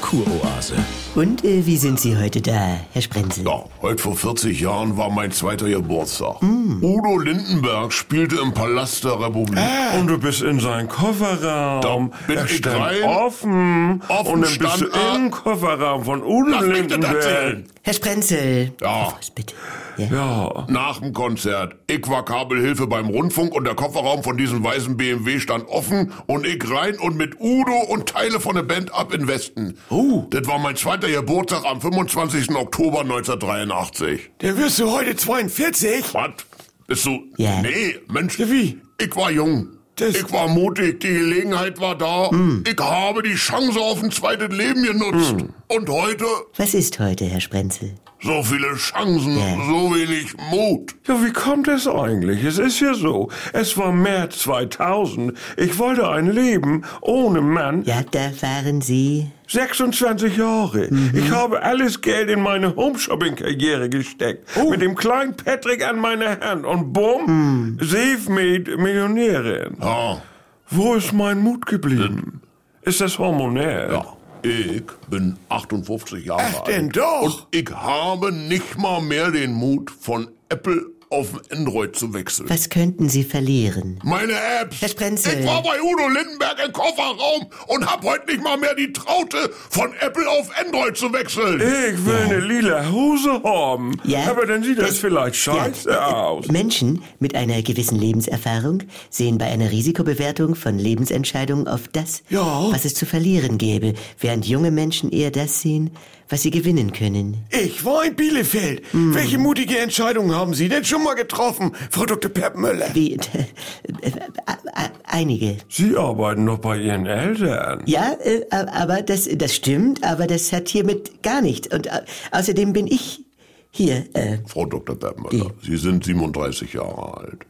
Kuroase. Und äh, wie sind Sie heute da, Herr Sprenzel? Ja, heute vor 40 Jahren war mein zweiter Geburtstag. Udo Lindenberg spielte im Palast der Republik. Und du bist in seinen Kofferraum. Da bin er ich stand rein. offen. Offen und dann bist stand du er. im Kofferraum von Udo Lass mich das Lindenberg. erzählen. Herr Sprenzel. Ja, Was bitte? Ja. Ja. nach dem Konzert. Ich war Kabelhilfe beim Rundfunk und der Kofferraum von diesem weißen BMW stand offen und ich rein und mit Udo und Teile von der Band ab in den Westen. Oh. Das war mein zweiter Geburtstag am 25. Oktober 1983. Dann wirst du heute 42. Was? Bist du... Ja. Nee, Mensch. Ja, wie? Ich war jung. Das- Hm. ich war mutig, die Gelegenheit war da. Ich habe die Chance auf ein zweites Leben genutzt. Und heute Was ist heute, Herr Sprenzel? so viele Chancen, Ja. so wenig Mut. Ja, wie kommt es eigentlich? Es ist ja so. Es war März 2000. Ich wollte ein Leben ohne Mann. Ja, da waren Sie. 26 Jahre. Ich habe alles Geld in meine Homeshopping-Karriere gesteckt. Mit dem kleinen Patrick an meiner Hand. Und bumm, Safe-Made Millionärin. Ja, Wo ist mein Mut geblieben? Ist das hormonell? ja. Ich bin 58 Jahre alt. denn doch. Und ich habe nicht mal mehr den Mut, von Apple auf Android zu wechseln. Was könnten Sie verlieren? Meine Apps. Herr Sprenzel. Ich war bei Udo Lindenberg im Kofferraum und hab heute nicht mal mehr die Traute, von Apple auf Android zu wechseln. Ich will eine lila Hose haben. Ja. Aber dann sieht das, Das- vielleicht scheiße Ja, äh, aus. Menschen mit einer gewissen Lebenserfahrung sehen bei einer Risikobewertung von Lebensentscheidungen auf das, Ja. was es zu verlieren gäbe, während junge Menschen eher das sehen, was sie gewinnen können. Ich war in Bielefeld. Welche mutige Entscheidung haben Sie denn schon mal getroffen, Frau Dr. Peppmüller? Wie, äh, äh, äh, einige. Sie arbeiten noch bei Ihren Eltern. Ja, äh, a- aber das, das stimmt, aber das hat hiermit gar nichts. Und äh, außerdem bin ich hier. Äh, Frau Dr. Bergmüller, Sie sind 37 Jahre alt.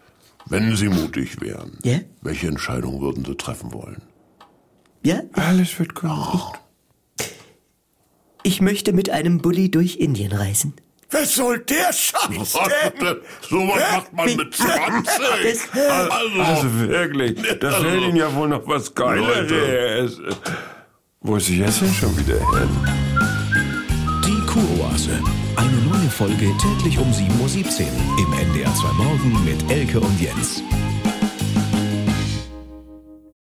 Wenn Sie mutig wären, Ja? welche Entscheidung würden Sie treffen wollen? ja, Alles wird gut. ich möchte mit einem Bulli durch Indien reisen. Was soll der Scheiß So was Hä? macht man mit Wie- 20. Das- Also, Also wirklich, da Also- fällt Ihnen ja wohl noch was Geileres. Wo ist sie jetzt denn schon wieder hin? Die Kuroase. Eine neue Folge täglich um 7.17 Uhr im NDR 2 Morgen mit Elke und Jens.